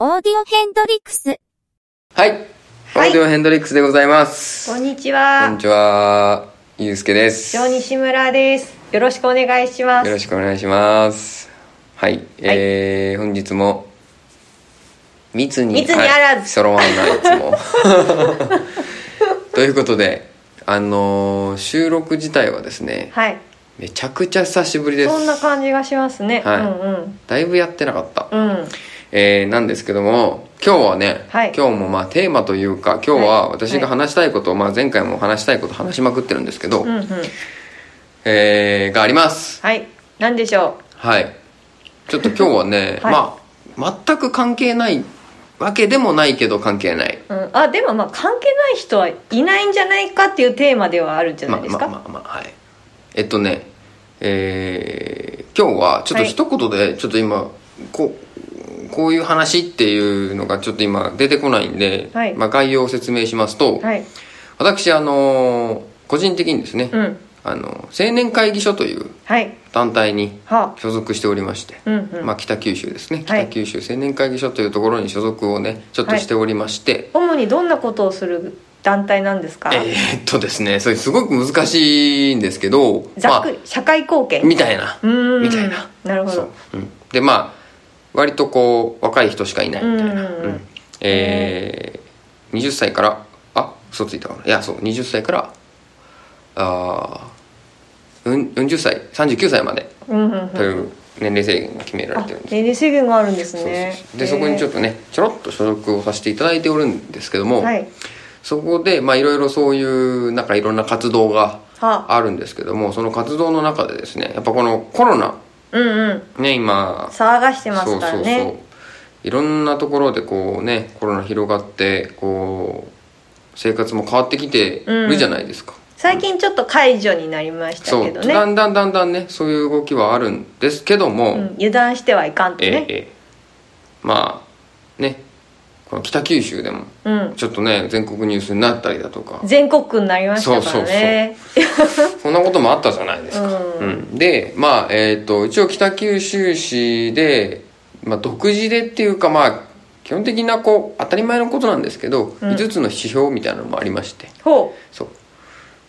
オヘンドリックス。はい。オーディオヘンドリックスでございます。こんにちこんには。ちは。ゆうすけです。小よ西村です。よろしくお願いします。ろしくお願いします。はい。えー、本日も、密に密にあらずはいそろわんない、いつも。 ということで、あのー収録自体はですね、はい。めちゃくちゃ久しぶりです。そんな感じがしますね。はいうんだいぶやってなかった。うん。うん。えー、なんですけども今日はね、はい今日もまあテーマというか今日ははい私が話したいことを、まあ、前回も話したいこと話しまくってるんですけど、うんうん。えー、がありますはい。なんでしょはいちょっと今日はね、 はい。まあ全く関係ないわけでもないけど関係ないううん。あ、でもまあ関係ない人はいないんじゃないかっていうテーマではあるんじゃないですか。まあまあまあまあはいえっとねえー、今日はちょっと一言でちょっと今、こうこういう話っていうのがちょっと今出てこないんで、はいまあ、概要を説明しますと、はい。私あの個人的にですね、うん。あの青年会議所というはい。団体には所属しておりまして、あ。うんうん。まあ、北九州ですねはい北九州青年会議所というところに所属をねちょっとしておりまして、主にどんなことをする団体なんですか。えーっとですねそれすごく難しいんですけどざっくり、社会貢まあ、み献。たいなうーん。みたいな。なるほそどう。、うん、でまあ割とこう若い人しかいないみたいな、うんうんえー、20歳からあ嘘ついたかないやそう20歳からあーうん40歳39歳までうんうんうん。という年齢制限が決められあてるん、です、年齢制限があるんですそうねそう。そうでそこにちょっと。とねちょろっと所属をさせていただいておるんですけども、はい。そこでまあいろいろそういうなんかいろんな活動がはあ。あるんですけどもその活動の中でですねやっぱこのコロナうんうん。ね今騒がしてますからそうそねうそういろんなところでこうねコロナ広がってこう生活も変わってきてるじゃないですか、最近ちょっと解除になりましたそけうどだね、んだんだんだんねそういう動きはあるんですけども、うん、油断してはいかんとええね、ええまあねこの北九州でもうん、ちょっとね全国ニュースになったりだとか全国区になりましたからねそんなこともあったじゃないですか、うんんでまあえっ、と一応北九州市で、まあ、独自でっていうかまあ基本的なこう当たり前のことなんですけど、うん5つの指標みたいなのもありましてほそう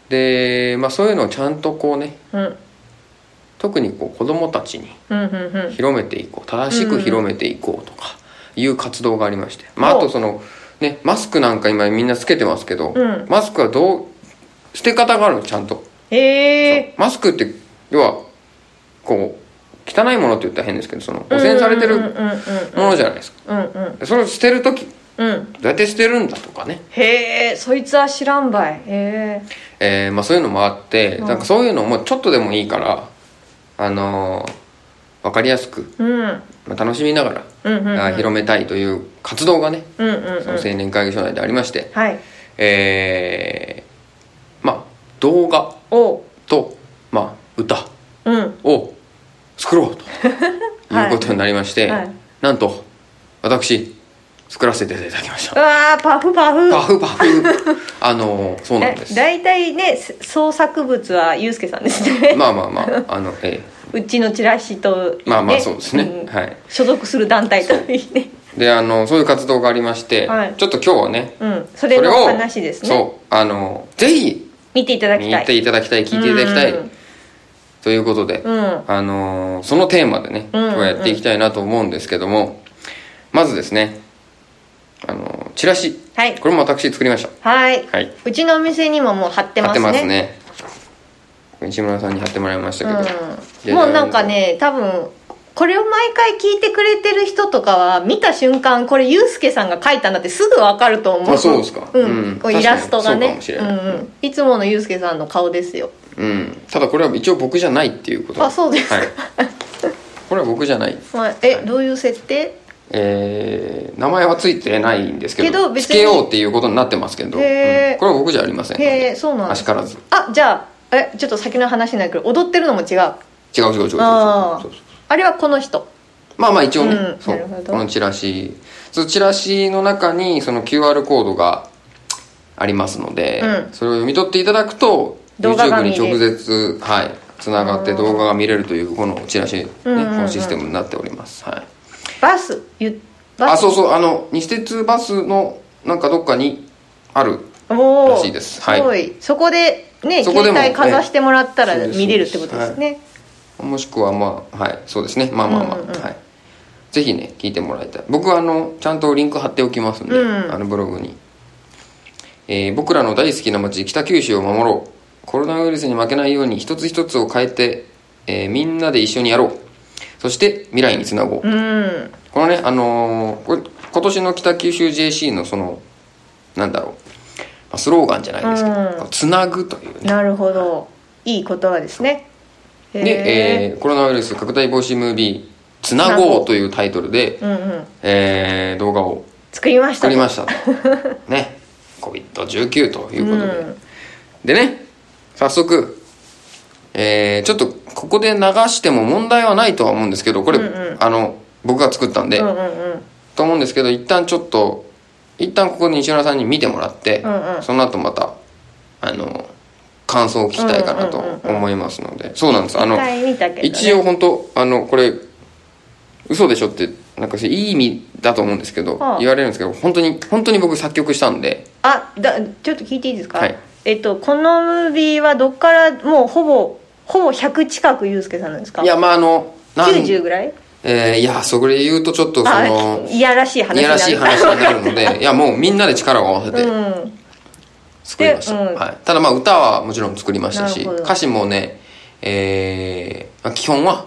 で、まあ、そういうのをちゃんとこうねう、うん、特にこう子どもたちにうんうんうん広めていこう正しく広めていこうとかいう活動がありまして、まあ、あとその、ね、マスクなんか今みんなつけてますけど、うんマスクはどう捨て方があるのちゃんと、へえマスクって要はこう汚いものって言ったら変ですけどそのー、汚染されてうんうんるものじゃないですか、うんうんそれを捨てる時どうんうんうやって捨てるんだとかね、へえそいつは知らんばいへええーまあ、そういうのもあって、うんなんかそういうのもちょっとでもいいからあのー、分かりやすく、うんまあ、楽しみながら、うんうんうんあー広めたいという活動がねうんうんうそのん青年会議所内でありまして、はいえーまあ動画おうと、まあ、歌うんを作ろう ということになりまして、はいなんと私作らせていただきましうたわーパフパフパフパ フあのそうなんえです大体ね創作物はユうスケさんですねまあまあまああのえうちのチラシといいね、えまあまあそうですね、んはい所属する団体といいねであのそういう活動がありまして、はいちょっと今日はねうんそそれれのを話ですねそうあのぜひ見ていただきた見いていただきたい聞いていただきたいうんということで、うんあのーそのテーマでねうんうん今日はやっていきたいなと思うんですけども、まずですねあのーチラシ、はいこれも私作りましたはい、はい、うちのお店にももう貼って貼っまてすねますね西村さんに貼ってもらいましたけど、うん、もうなんかね多分これを毎回聞いてくれてる人とかは見た瞬間これユうスケさんが描いたんだってすぐ分かると思うあそうですかうんうんこうイラストが確かにそうかねもしれないうんうん、いつものユうスケさんの顔ですようんただこれは一応僕じゃないっていうことあそうですかはい、これは僕じゃないまあえ、どういう設定えー名前はついてないんですけどけど別つにけようっていうことになってますけど、へーうんこれは僕じゃありませんのへでえそうなんあでしすからずあじゃあえちょっと先の話になるけど踊ってるのも違う違う違う違う違うそうあーそうそうあれはこの人まあまあ一応ね、うんそうなるほどこのチラシそのチラシの中にその QR コードがありますので、うんそれを読み取っていただくと動画が YouTube 見れにる直接はいつながって動画が見れるというこのチラシ、ねうんうんうこんのシステムになっておりますはいバスゆバあスそうそうあの西鉄バスのなんかどっかにあるおーらしいですはいごいそこでねそこで携も帯かざしてもらったええらそうです見れるってことですねもしくはまあはいそうですねまあまあまあ、うんうんうんはいぜひね聞いてもらいたい僕はあのちゃんとリンク貼っておきますんで、うんあのブログに、えー僕らの大好きな町北九州を守ろうコロナウイルスに負けないように一つ一つを変えて、えーみんなで一緒にやろうそして未来につなごう、うんこのねあのーこれ今年の北九州 JC のそのなんだろう、まあスローガンじゃないですけど、うんつなぐというねなるほどいい言葉ですねへで、えーコロナウイルス拡大防止ムービー「つなつなごごう」うというタイトルで、うんうんえー動画を作りました作りましたと ね COVID-19 ということで、うんでね早速、えーちょっとここで流しても問題はないとは思うんですけどこれ、うんうんあの僕が作ったんで、うんうんうんと思うんですけど一旦ちょっと一旦ここで西村さんに見てもらって、うんうんその後またあの感想を聞きたいかなとうんうんうん思いますので、そうなんですあの一回見たけど、ね、一応本当あのこれ嘘でしょってなんかいい意味だと思うんですけど、はあ言われるんですけど本当に本当に僕作曲したんであだちょっと聞いていいですか、はいえっとこのムービーはどっからもうほぼほぼ100近くユうスケさんなんですかいやまああのなん90ぐらいえーいやそれ言うとちょっとそあのいやらしい話いにやならるしい話になるのでいやもうみんなで力を合わせて うん作りました、でうんはい、ただまあ歌はもちろん作りましたしなるほど歌詞もねえーまあ基本は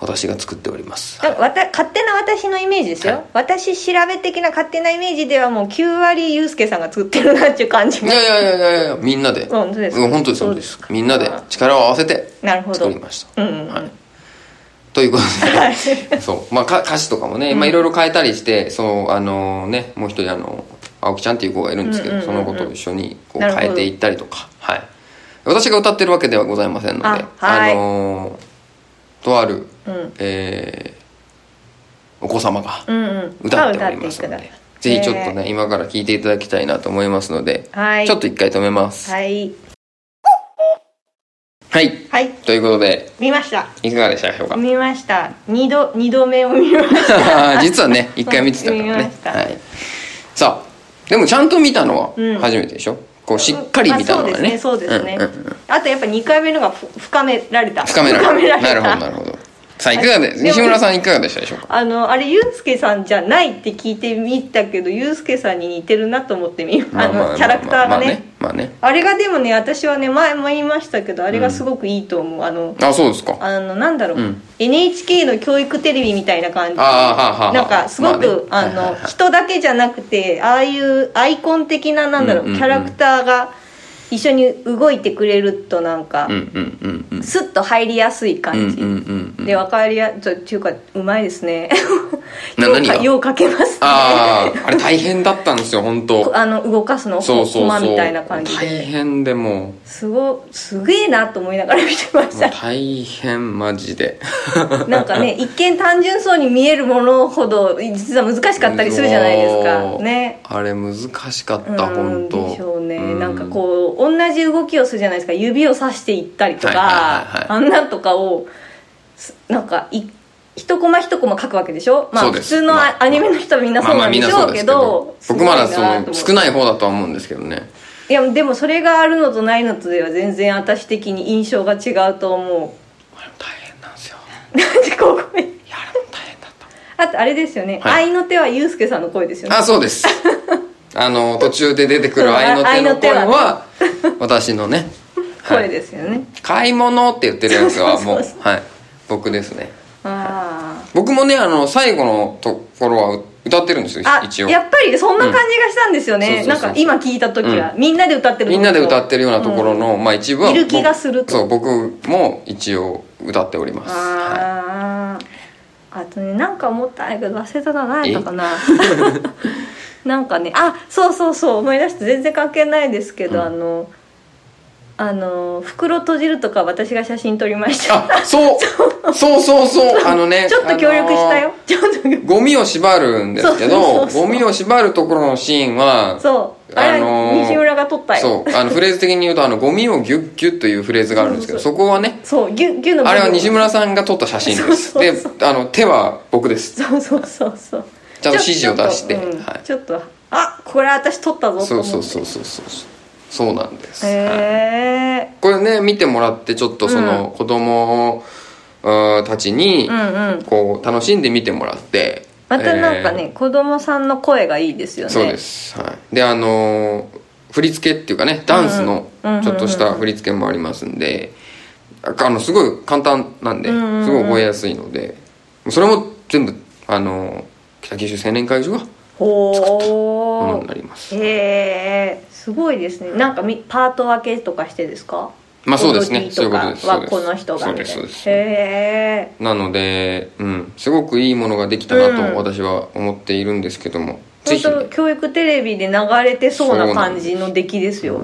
私が作っておりますだからわた勝手な私のイメージですよ、はい私調べ的な勝手なイメージではもう9割ユうスケさんが作ってるなっていう感じいもやいやいやいやいやみんなで、本当ですかうん本当ですそ本当うでですすかみんなで力を合わせてなるほど作りました、うんうんうんはい、ということでそう、まあ、か歌詞とかもねまあいろいろ変えたりしてそうあのねもう一人あの青木ちゃんっていう子がいるんですけど、うんうんうんうんその子と一緒にこうなるほど変えていったりとかはい私が歌ってるわけではございませんのであはいのーとある、うんえーお子様がうんうん歌っておりますので、まあ歌っていくだぜひちょっとね、今から聴いていただきたいなと思いますので、はいちょっと一回止めます。はいはい。はいということで、見ましたいかがでしたでしょうか見ました二度二度目を見ました実はね、一回見てたから見まねし。たはい。さあ、でもちゃんと見たのうんは初めてでしょ、こう、 しっかり見たのはね。まあそうですねそうですね、うんうんうんあとやっぱ2回目のがふ深められた深められた。なるほど、などるほど。さあ、いかがで、でも西村さんいかがでしたでしょうかあのあれユうスケさんじゃないって聞いてみたけどユうスケさんに似てるなと思ってみあのキャラクターがねまあね。あれがでもね私はね前も言いましたけどあれがすごくいいと思う、あのまあね。あ、そうですか。あのなんだろう、うん NHK の教育テレビみたいな感じであーはーはーはーなんかすごく、まああねはいはいのはい人だけじゃなくてああいうアイコン的ななんだろう、うんうんうんキャラクターが一緒に動いてくれるとなんか、うんうんうんうん。スッと入りやすい感じ、うんうんうんうんで分かりやすいっていうかうまいですねなよう何 がかようかけますねああ、あれ大変だったんですよ、本当 あの動かすのそうそうそうコマみたいな感じ大で変でもすごすげえなと思いながら見てまうしも うた大変マジでなんかね一見単純そうに見えるものほど実は難しかったりするじゃないですかそうねあれ難しかっうんた本当でしょうね、んなんかこう同じ動きをするじゃないですか指をさしていったりとか、はいはいはいはあんなんとかをすなんかい一コマ一コマ書くわけでしょまそあうで普す通のまアあアニメの人はみんなそうなんでしょうけど,すごい僕まだそなと思って、の少ない方だとは思うんですけどねいやでもそれがあるのとないのとでは全然私的に印象が違うと思う あれも大変なんですよなんでここにいやあれも大変だっあとあれですよね、はい愛の手はユうスケさんの声ですよねたあそうです あの途中で出てくる愛の手の声は私のねは 声いですよね、買い物って言ってるやつはもうそうそうはい僕ですねあ僕もねあの最後のところは歌ってるんですよーあ一応やっぱりそんな感じがしたんですよね、うんそうなそんうそうか今聞いた時は、みんなで歌ってるみんなで歌ってるるようなところの、まあ一部はいる気がするとそう僕も一応歌っておりますはあー、あとねなんか思ったんやけど忘れたな何やったかな なんかねあそうそうそう思い出して全然関係ないですけど、うんあのあの袋閉じるとか私が写真撮りましいたあそう そうそうそうあのねちょっと協力したよ、あのちょっと協力ーゴミを縛るんですけそどうそうそうそうゴミを縛るところのシーンはそうあれ、あのー西村が撮ったそようあのフレーズ的に言う とあのゴミをギュッギュッというフレーズがあるんですけどそこはねそうギュギュの部分あれは西村さんが撮った写真ですそうそうそうであの手は僕ですそうそうそうそうちゃんと指示を出して、ちょっとうんはい、ちょっとあこれ私取ったぞとそ思うってそうそうそうそうそうなんです、へはいえこれね見てもらってちょっとその子供うんたちに、うんうんこう楽しんで見てもらってまたなんかえね、子供さんの声がいいですよーねそうです、はい、であのー振り付けっていうかねダンスのうんうんちょっとした振り付けもありますんでああのすごい簡単なんでうんうんうんすごい覚えやすいのでそれも全部あのー北九州青年会場がものほになりますうへえすごいですねなんかみパート分けとかしてですかまあそうですね踊りとかそういうはこことのですそうです人がみたいなそうですそうですへえなので、うん、すごくいいものができたなうんと私は思っているんですけども、ぜ本ひね、当教育テレビで流れてそうな感じの出来ですよ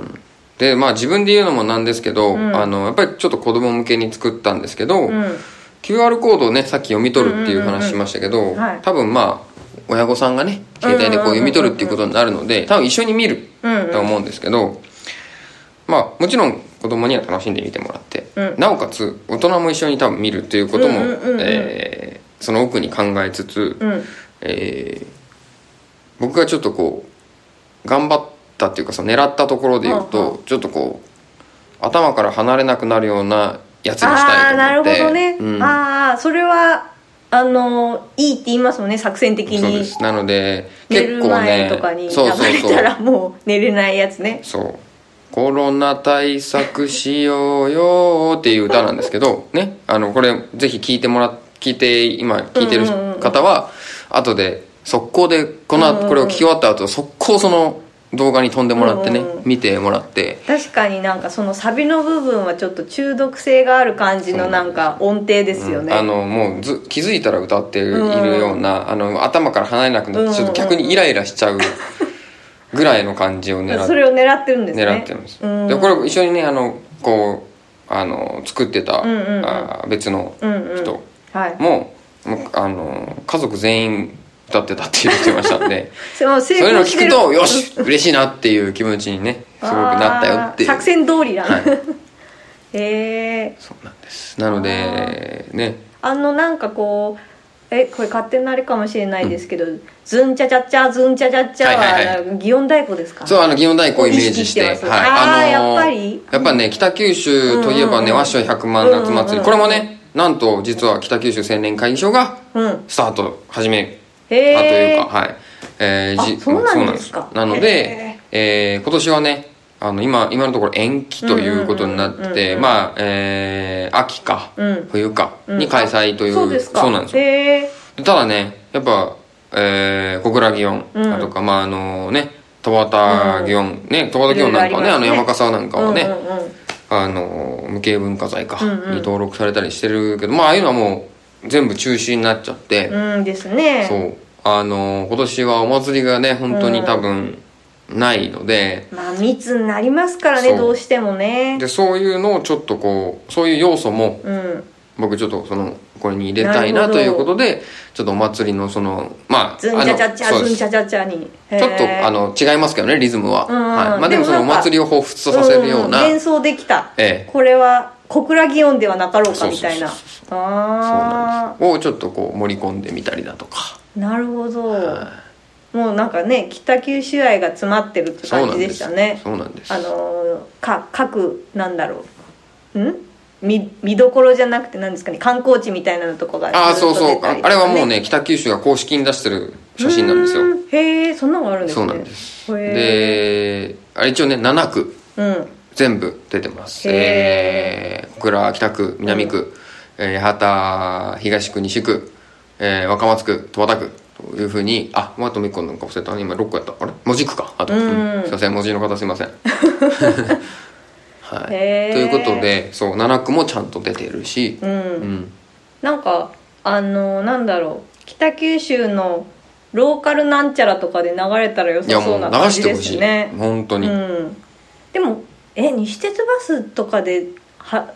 でまあ自分で言うのもなんですけど、んあのやっぱりちょっと子供向けに作ったんですけど、うん、 QR コードをねさっき読み取るっていう話しましたけど、はい多分まあ親御さんがね携帯でこう読み取るっていうことになるので多分一緒に見るうんうんと思うんですけど、まあもちろん子供には楽しんで見てもらって、うんなおかつ大人も一緒に多分見るっていうことも、うんうんうんうんえーその奥に考えつつ、うん、えー僕がちょっとこう頑張ったっていうかその狙ったところで言うと、はあはちょっとこう頭から離れなくなるようなやつにしたああいーなと思るってほどね、うんああそれはあのいいって言いますもんね作戦的そうにですなので寝結る構前ねとかに流そうそうれそたうらもう寝れないやつ ねそうコロナ対策しようよっていう歌なんですけどねあのこれぜひ聞いてもら聞いて今聞いてる方は後で速攻でこのうんうんう後んこれを聞き終わった後速攻その動画に飛んでもらってねうんうんうん見てもらって確かになんかそのサビの部分はちょっと中毒性がある感じのなんか音程ですよね、あのもうず気づいたら歌っているうんうんようなあの頭から離れなくなってちょっと逆にイライラしちゃうぐらいの感じを狙ってそれを狙ってるんですね狙ってます、うん、でこれ一緒にねあのこうあの作ってた、うんうんうんあー別のうんうん人はいも,、もうあの家族全員歌ってたって言ってましたん でそれもう成そういうのを功し聞くてるとよし嬉しいなっていう気持ちに ねすごくなったよっていうあー作戦通りだな、はへえそうなんですなの でねあのなんかこうえこれ勝手なあれかもしれないですけど、ズンチャチャッチャズンチャチャッチャは,、はいはい擬音太鼓ですかそうあの祇園太鼓をイメージして意識してますあーやっぱりやっぱね北九州といえばうんうんねうん和尚百万夏うんうん祭うんりこれもねなんと実は北九州青年会議所がうんスタート始めへあというえか、はい。えーあそうなんですかそうなんですなので、えー今年はね、あの、今、今のところ延期ということになうんうっんうんて、うんまあ、えー秋か、うん冬か、うんに開催という、そうですかそうなんですよ。へえでただね、やっぱ、えー、小倉祇園うんだとか、まあ、あのね、戸端祇園、ね、戸端祇園なんかはね、あいろいろありますの、ね山笠なんかうんうはんね、うんあの、無形文化財か、うんうんに登録されたりしてるけど、まあ、ああいうのはもう、全部中止になっちゃって、うんですねそうあの今年はお祭りがね本当に多分ないので,、まあ密になりますからねそうどうしてもねでそういうのをちょっとこうそういう要素もうん僕ちょっとそのこれに入れたいななるほとどいうことでちょっとお祭りのそのまあズンチャチャチあのャそうズでンすチャチャチャにちょっとあのの違いますけどねリズムは、うんうんはいまあ、でもそでもなのおんか祭りを彷彿とさせるような、連想できたええこれは小倉祇園ではなかろうかみたいなそうそうなんあですをちょっとこう盛り込んでみたりだとかあなるほどはもうなんかね北九州愛が詰まってるってそう感なじんででしすたねそうなんですあのーか各なんだろうん見見どころじゃなくてなんですかね観光地みたいなのとこがああずっそうと出そうたありとかねあれはもうね北九州が公式に出してる写真なんですようーんへえそんなのがあるんですねそうなんですへえであれ一応ね7区うん全部出てますへーえー小倉北区南区、えー八幡東区西区、えー若松区戸端区というふうにあもうあともう一個なんか忘れたな今6個やったあれ文字区かあと、うんうんすいません文字の方すいませ んはい、へーということでそう7区もちゃんと出てるし、ううんん、なんかあのなんだろう北九州のローカルなんちゃらとかで流れたら良いやもさそううな流感しじてでほしすい、ね本当うに、うんんでもえ西鉄バスとかでは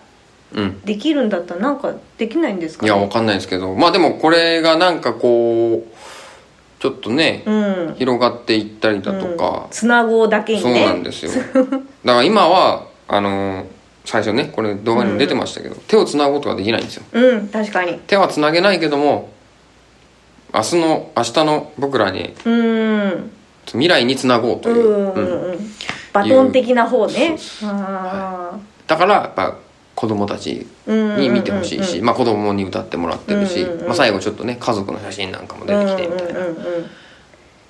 できるんだったらなんかできないんですかいねやわかんないですけどまあでもこれがなんかこうちょっとね、うん広がっていったりだとうかん、つなごうだけにねそうなんですよだから今はあのー最初ねこれ動画にも出てましたけど、手をつなぐことができないんですようん確かに手はつなげないけども明日の明日の僕らにうん未来につなごうとういうんううんんうんバトン的な方いうねそあだからやっぱ子供たちーに見てほしいし、まあ、子供に歌ってもらってるし、うんうんうんまあ、最後ちょっとね家族の写真なんかも出てきてみたいな、うんうんうんうん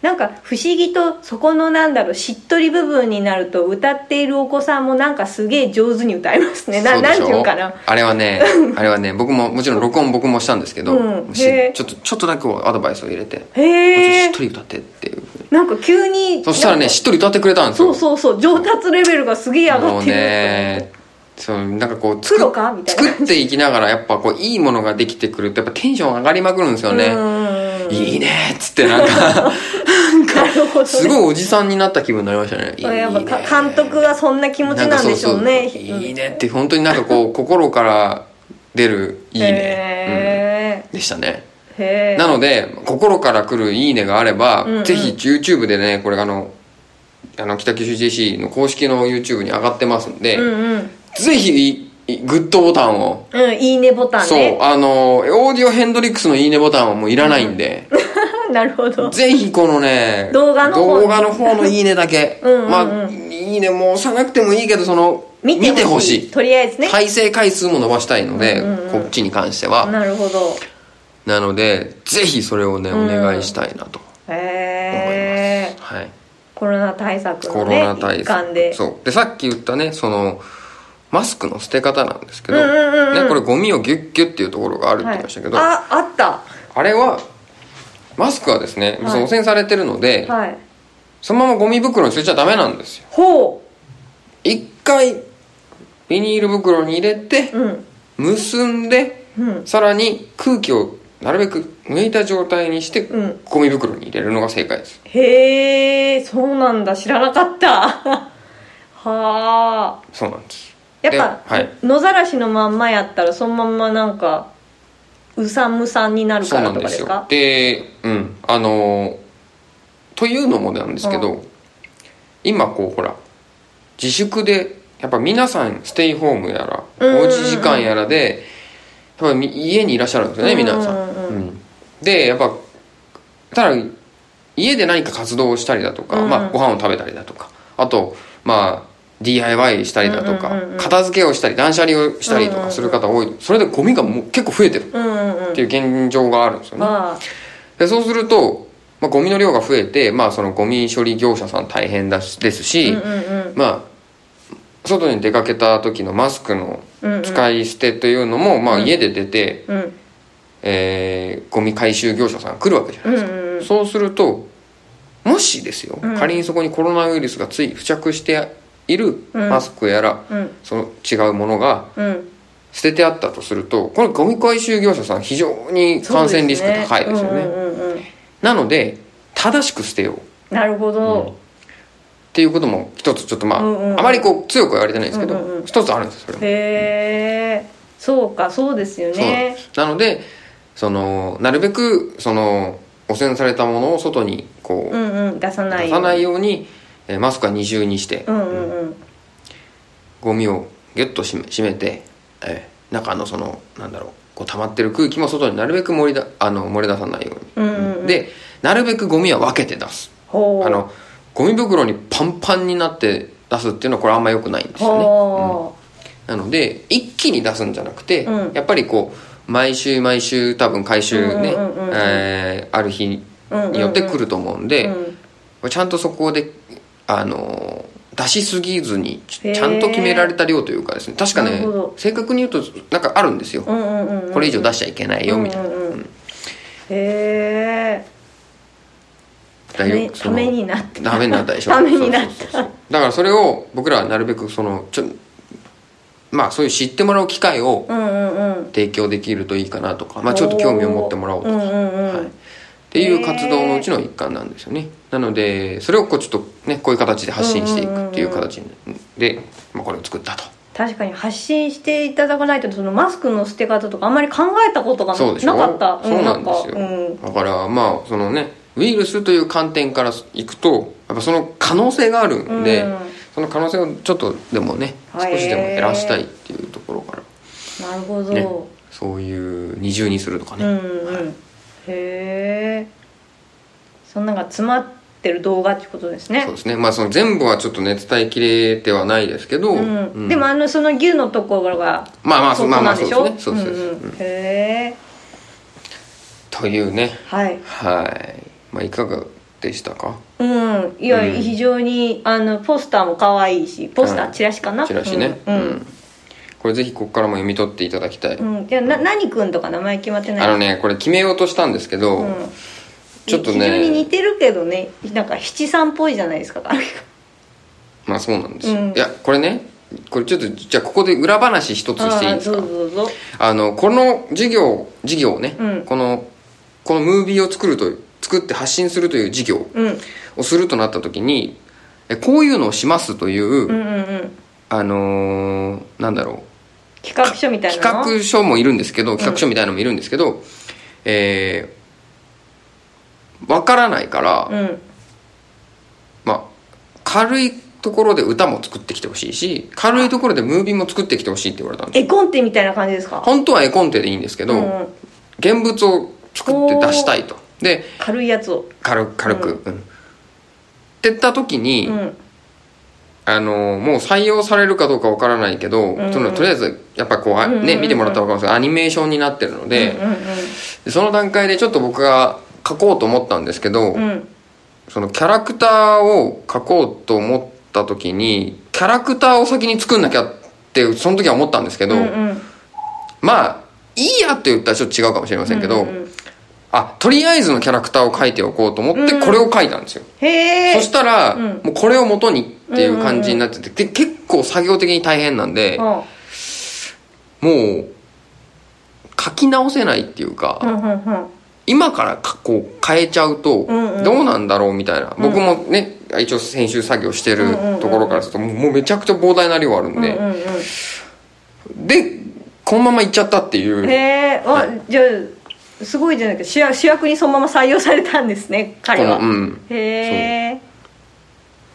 なんか不思議とそこのなんだろうしっとり部分になると歌っているお子さんもなんかすげえ上手に歌いますねなそうでなんしてょいうかなあれは ねあれはね僕ももちろん録音僕もしたんですけど、うんしへーちょっとちょっとだけアドバイスを入れて「もうちょっへえとしっとり歌って」っていうなんか急にそしたらなんねかしっとり歌ってくれたんですそようそうそう上達レベルがすげえ上もがうってるねそうなんかこうプ作ロかみたいな作っていきながらやっぱこういいものができてくるとやっぱテンション上がりまくるんですようんね、いいねっつってなん かなるほど、ね、すごいおじさんになった気分になりました ねいいねやっぱか監督がそんな気持ちなんでしょうねなんかそうそういいねって本当になんかこう心から出る「いいね」へうんでしたねえ、へえなので心から来る「いいね」があれば、うんうんぜひ YouTube でねこれあのあの北九州 JC の公式の YouTube に上がってますんで、うんうんぜひいグッドボタンを、うんいいねボタンそうねあのオーディオヘンドリックスの「いいね」ボタンはもういらないんで、なるほ どぜひこのね動画の方動画の方の「いいね」だけ うんうんうんまあいいねもう押さなくてもいいけどその見てほしいとりあえずね、再生回数も伸ばしたいので、うんうんうんこっちに関してはなるほどなのでぜひそれをねおん願いしたいなとへえはいコロナ対策コのロねナ対一環で策そうでさっき言ったねそのマスクの捨て方なんですけど、うんうんうんうんね、これゴミをギュッギュッっていうところがあるっては言いいましたけ、ど、ああったあれはマスクはですね、はいその汚染されてるので、はいそのままゴミ袋に捨てちゃダメなんですよほ一回ビニール袋に入れてううん結んでうんさらに空気をなるべく抜いた状態にして、うんゴミ袋に入れるのが正解ですへえそうなんだ知らなかった はあそうなんですやっぱ、ではい野ざらしのまんまやったらそのまんまなんかうさむさんになるそうかならんとでかですすよかでうんあのーというのもなんですけど、今こうほら自粛でやっぱ皆さんステイホームやらうんうんうんおうち時間やらでやっぱみ家にいらっしゃるんですよねうんうんうん皆さん、うんでやっぱただ家で何か活動をしたりだとか、うんまあ、ご飯を食べたりだとかあとまあ DIY したりだとか、うんうんうんうん片付けをしたり断捨離をしたりとかする方多い、それでゴミがもう結構増えてるうんうんうっんていう現状があるんですよね、まあでそうすると、まあ、ゴミの量が増えて、まあ、そのゴミ処理業者さん大変だしですうし、んうんうんまあ外に出かけた時のマスクのうんうん使い捨てというのも、まあ、うん家で出て、うんえーゴミ回収業者さんが来るわけじゃうないんですか、うんうんそうするともしですよ、うん仮にそこにコロナウイルスがつい付着しているうんマスクやら、うんその違うものがうん捨ててあったとするとこれゴミ回収業者さん非常に感染リスク高いですよねそううんうんうんうんなので正しく捨てようなるほど、っていうことも一つちょっとまあ、うんうんうんあまりこう強くは言われてないんですけど、うんうんうん一つあるんですそれも、へえそうかそうですよそうなんねですなのでそのなるべくその汚染されたものを外にこうう、んうん出さない出さないよように、えーマスクは二重にして、うんうんうんゴミをギュッとしめ閉めて、えー中のそのなんだろうこう溜まってる空気も外になるべく漏れだあの漏れ出さないように、うんうんうんでなるべくゴミは分けて出すほうあのゴミ袋にパンパンになって出すっていうのはこれあんま良くないんですよね、うんほなので一気に出すんじゃなくて、うんやっぱりこう毎週毎週多分回収ね、うんうんうんうんえーある日によって来ると思うんうで、うんちゃんとそこで、あのー出しすぎずにちへーちゃんと決められた量というかですね確かなねるほど正確に言うとなんかあるんですよ、うんうんうんうんこれ以上出しちゃいけないよみたいな、うんうんうんへえだたよめそたのめになってダメになったでしょ ためになったそうそうそうそうだからそれを僕らはなるべくそのちょまあそういう知ってもらう機会をうんうんうん提供できるといいかなとか、まあ、ちょっと興味を持ってもらおうとか、んうんうんはい、っていう活動のうちの一環なんですよねなのでそれをこうちょっとねこういう形で発信していくっていう形で、まあ、これを作ったと確かに発信していただかないとそのマスクの捨て方とかあんまり考えたことがなそうでしょなかったそうなんですよ、かうんだからまあそのねウイルスという観点からいくとやっぱその可能性があるんで、うんその可能性をちょっとでもね少しでも減らしたいっていうところから、なるほど、ねそういう二重にするとかね、うんうん、へえそんなんが詰まってる動画ってことですねそうですねまあその全部はちょっとね伝えきれてはないですけど、うんうんでもあのその牛のところがまあまあそうこなんでしょまあまあそうですねそうですんそうですんへえというねはいはいまあいかがでしたかうんいや、うん非常にあのポスターも可愛いしポスター、はいチラシかなチラシねうん、これぜひここからも読み取っていただきたい、うんいやな何くんとか名前決まってないあのねこれ決めようとしたんですけど、うん、ちょっと非常ねに似てるけどねなんか七三っぽいじゃないで すかまあそうなんですよ、うんいやこれねこれちょっとじゃあここで裏話一つしていいんですかあーどうぞどうぞあのこの事業事業をね、うんこのこのムービーを作るという作って発信するという事業うんをするとなった時にえこういうのをしますという、うんうんうんあのーなんだろ企画書みうたいなの企画書もいるんですけど企画書みたいのもいるんですけど、えーわからないから、うんまあ軽いところで歌も作ってきてほしいし軽いところでムービーも作ってきてほしいって言われたんですよ絵コンテみたいな感じですか本当は絵コンテでいいんですけど、うんうん現物を作って出したいとで軽いやつを軽く軽く、うんって言った時に、うんあのもう採用されるかどうかわからないけど、んうんそのとりあえずやっぱこう、あうんうんね見てもらったら分かるんですけどアニメーションになってるので,、うんでその段階でちょっと僕が書こうと思ったんですけど、うんうんそのキャラクターを書こうと思った時にキャラクターを先に作んなきゃってその時は思ったんですけど、うんうんうんまあいいやって言ったらちょっと違うかもしれませんけど、うんうんあとりあえずのキャラクターを書いておこうと思っうんうてんこれを書いたんですよ、へえそしたら、うんもうこれを元にっていう感じになってて、で結構作業的に大変なんで、うんもう書き直せないっていうか、うんうんうん今からかこう変えちゃうとうんうんどうなんだろうみたいな、僕もね一応編集作業してるところからするともうもうめちゃくちゃ膨大な量あるんうんうで、んうでこのままいっちゃったっていんうへえあじゃあすごいじゃないか主役主役にそのまま採用されたんですねこ彼のはうんへえ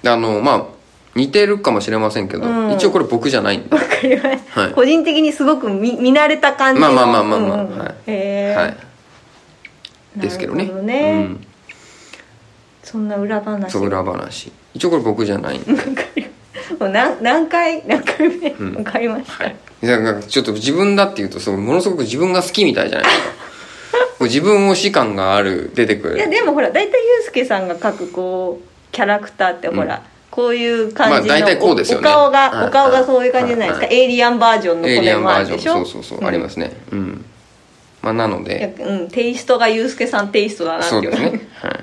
であのまあ似てるかもしれませんけど、うん一応これ僕じゃないんでわかりました、はい個人的にすごく見見慣れた感じのまあまあまあまあまあうんうんはいへえ、はいですけどねなるほどねうん、そんな裏話そう裏話一応これ僕じゃないんでわかりもう何何回何回目、わんかりました、いやなんかちょっと自分だっていうとそうものすごく自分が好きみたいじゃないで すかこう自分推し感がある出てくいやるでもほら大体ユースケさんが描くこうキャラクターってほら、こういう感じの、まあ大体こうですよねお顔が、はいお顔がそういう感じじゃないですか、はエイリアンバージョンのこエイリれアンもあバーるジョでンしょ、そうそうそう、ありますすねうんまあなのいやでうん、テイストがユースケさんテイストだなってそういうですねはい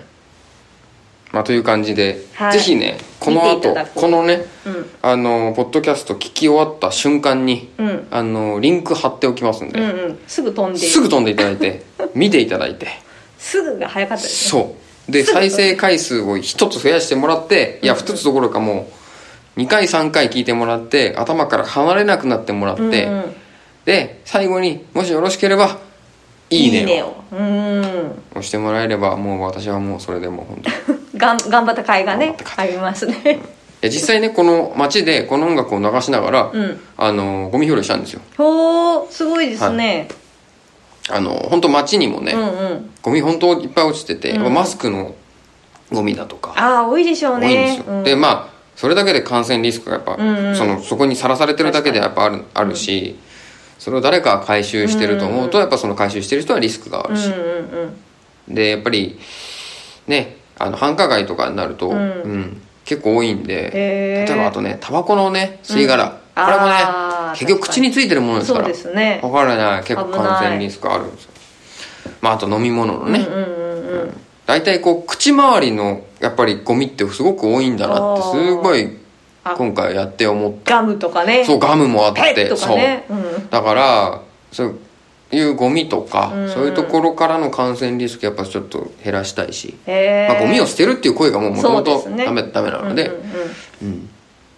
まあという感じで、はいぜひねこの見てい後ただこうこのねうんあのポッドキャスト聞き終わった瞬間に、 うんあのリンク貼っておきますんうで、んうんすぐ飛んでいいすぐ飛んでいただいて見ていただいてすぐが早かったですねそうで再生回数を一つ増やしてもらっていや二つどころかもう2回3回聞いてもらって頭から離れなくなってもらって、うんうんで最後にもしよろしければ「いいね」ををうん押してもらえればもう私はもうそれでもう本当にいがん頑張った甲斐がねありますねや実際ねこの街でこの音楽を流しながら、 うんあのゴミ拾いしたんですよほーすごいですね、あの本当街にもね、うんうんゴミ本当いっぱい落ちてて、うんやっぱマスクのゴミだとかああ多いでしょ多ういんねですよ、うんでまあそれだけで感染リスクがやっぱ、んうんそのそこにさらされてるだけでやっぱあるあるし、それを誰かが回収してると思うと、やっぱその回収してる人はリスクがあうるんし、うんでやっぱりねあの繁華街とかになると、ううんん結構多いんで、へー例えばあとねタバコのね吸い殻、これもねあー結局確か口にについてるものうでんすかそうらですねわからない結構感染リスクあるんですよまああと飲み物のね、うんうんうんうん大体こう口周りのやっぱりゴミってすごく多いんだなってあーすごいあ今回やって思っガムとかねてそうガムもあっペてッとかそうねうんだからそういうゴミとか、うんそういうところからの感染リスクやっぱちょっと減らしたいし、へまあ、ゴミをす捨てるっていう声がもうもともそうとですねダメ,、ダメなので、うん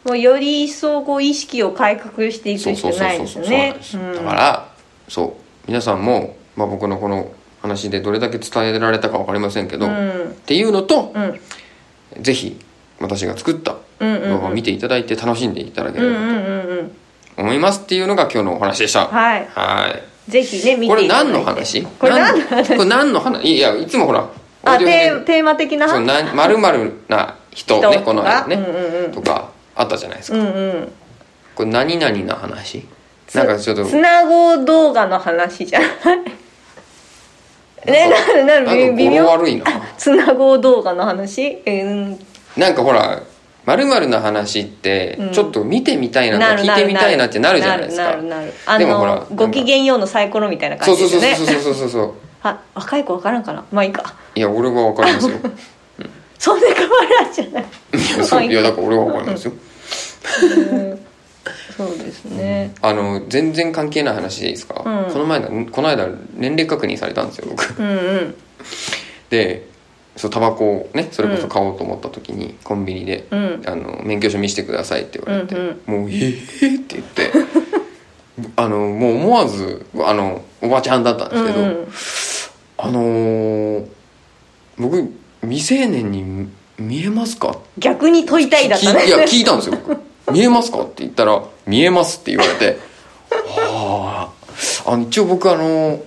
もうより一層こう意識を改革していそくうしそうかそうないそうですそうなんねですだからそう皆さんも、まあ、僕のこの話でどれだけ伝えられたか分かりませんけど、うんうっんていうのとうんぜひ私が作ったうんうん動画を見ていただいて楽しんでいただけうんれうばんうんうんと思いますっていうのが今日のお話でした。はいはい。ぜひね見こてれいただいて何の話これ何のなんこれ何の話いやいつもほらあオーディオでテねーテーマ的なそう話なまるまるな人人ねとかこの間ね、うんうんうんとかあったじゃないですうか、んうんこれ何々な話なんかちょっとつなご動画の話じゃないねなるななんるか微語呂妙悪いなつなご動画の話うんなんかほらまるまるな話ってうんちょっと見てみたいなとかなる聞いなてるみたいなってなるじゃないですかなるなるなるでもほあらのご機嫌ようのサイコロみたいなそ感うじそうですそうよねそうそうそうそうあ若い子分からんかなまあいいかいや俺は分かりますよそんな変わらんじゃないいや そういやだから俺は分かりますようんそうですねあの全然関係ない話でいいですか、うんこの前だこの間年齢確認されたんですよ僕うんうんでそうタバコをねそれこそ買おうと思った時に、コンビニで、うんあの「免許証見せてください」って言われて「うんもうええー」って言って あのもう思わずあのおばちゃんだったんでうすけど、あんのー僕未成年に見えますか?」逆に問いたいだっ聞たいいやね聞いたんですよ僕「見えますか?」って言ったら「見えます」って言われて「あああの一応僕あの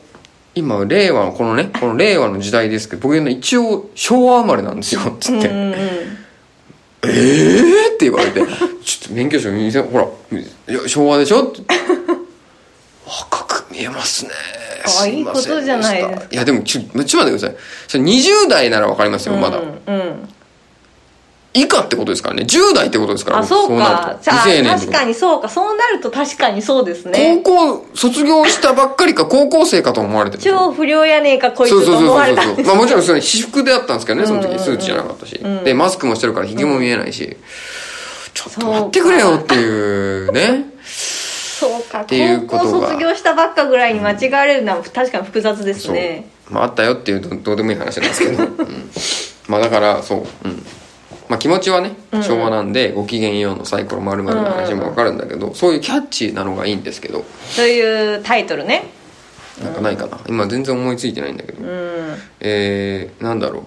今令和のこのねこの令和の時代ですけど僕ね一応昭和生まれなんですよ」っつうんっうんて「うんええー!」って言われて「ちょっと免許証見せほらいや昭和でしょ?」って「若く見えますね」あすませんでしたいいことじゃないですかいやでもちょちょっと待ってくださいそれ20代ならわかりますよまだ、うんうん以下ってことですからね10代ってことですからあそうなかるとじゃあ未成年って確ことかにそうかそうなると確かにそうですね高校卒業したばっかりか高校生かと思われてる超不良やねえかこいそうつそうとそう思わそれうたそうまあもちろんそれ私服であったんですけどねそのうんうん時うんスーツじゃなかったし、うんでマスクもしてるからひげも見えないし、ちょっと待ってくれよっていうねそうかていうこ高と校が卒業したばっかぐらいに間違われるのは確かに複雑ですそう、ねまああったよっていうどどうでもいい話なんです けど、うんまあだからそう、うんまあ、気持ちはねうん昭和なんで、ご機嫌ようのサイコロ丸々の話もわかるんだけど、そういうキャッチーなのがいいんですけどというタイトルねなんかないかな今全然思いついてないんだけど、うんえー、なんだろう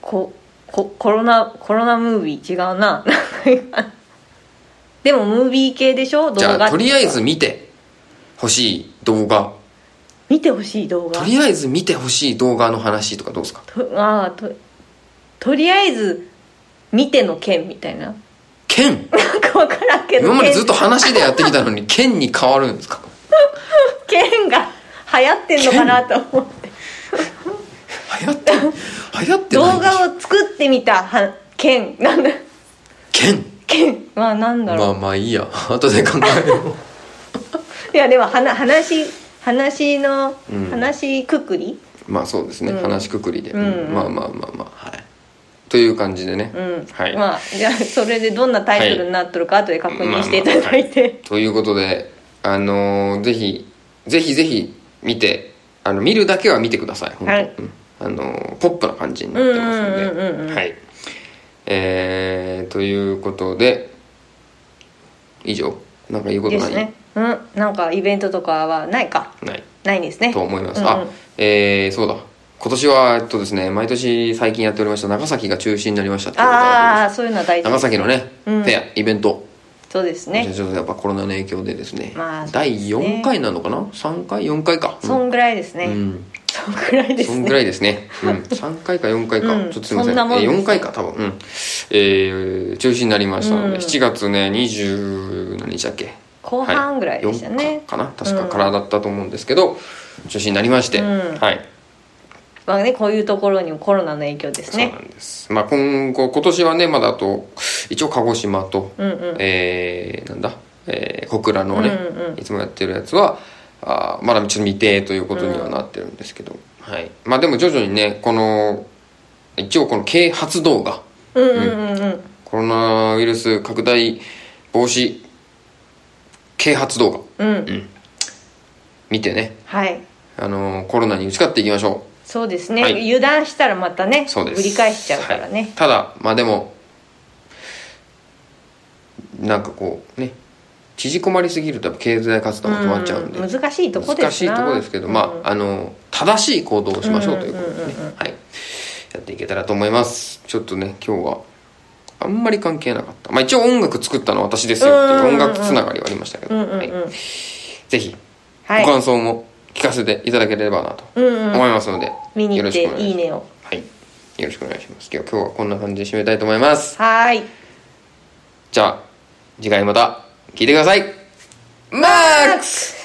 ここコロナコロナムービー違うな でもムービー系でしょ動じ画ゃあとりあえず見てほしい動画見てほしい動画とりあえず見てほしい動画の話とかどうですかとああととりあえず見ての件みたいな剣なんか分からんけど今までずっと話でやってきたの に剣に変わるんですか剣剣が流行ってんのかなと思って流行って流行って動ない画を作ってみたは剣なんだ 剣剣まあなんだろう、まあまあいいや 後で考えよいやでもはな話話の、うん話くくりうまあそうですね、うん話くくりで、うんまあまあまあまあはいという感じでね、うん、はい、まあじゃあそれでどんなタイトルになっとるか後で確認していただいて、ということであのーぜひぜひぜひ見てあの見るだけは見てください本当はいうんあのーポップな感じになってますうんうんうんんうんうでんはいえー、ということで以上なんか言うことでなすい、ねうんなんかイベントとかはないかないないんですねと思います、うんうんあえー、そうだ今年はえっとですね毎年最近やっておりました長崎が中止になりましたっていうことがあああそういうのは大り事ます長崎のね、うんフェアイベントそうですねちょっとやっぱコロナの影響でですね,、まあそう第ですね4回なのかな3回4回かそんぐらいですね、うんそんぐらいですそねんぐらいですね、うん、3回か4回 か、うんちょっとすいませんそんなもんですね4回か多分、うんえー中止になりましたので、うん7月ね20何日だっけ後半ぐらいでしたはねい、4日かな確かからだったと思うんですけど、中止になりまして、うんはいまあねこういうところにもコロナの影響ですそうねなんです、まあ今後今年はねまだあと一応鹿児島と、うんうんえーなんだ、えー小倉のね、うんうんうんいつもやってるやつはあーまだちょっと未定ということにはなってるんですけど、はい、まあでも徐々にねこの一応この啓発動画うんうんうんうんコロナウイルス拡大防止啓発動画うん、見てね、はいあのーコロナに打ち勝っていきましょそうですね、はい油断したらまたねうそうです繰り返しちゃうからはいね、ただまあでもなんかこうね縮こまりすぎるとやっぱ経済活動も止まっちゃうんで、うん難しいとこですな難しいところですけど、まああの正しい行動をしましょうということでね、はいやっていけたらと思いますちょっとね今日はあんまり関係なかったまあ一応音楽作ったの私ですよっていううんうんう音ん楽つながりはありましたけど、うんうんうんはい、ぜひあはいご感想も聞かせていただければなとうんう思んいますので、見に行ってよろしくお願いしますいいねをはいよろしくお願いします今日今日はこんな感じで締めたいと思いますはーいじゃあ次回また聞いてくださいマックス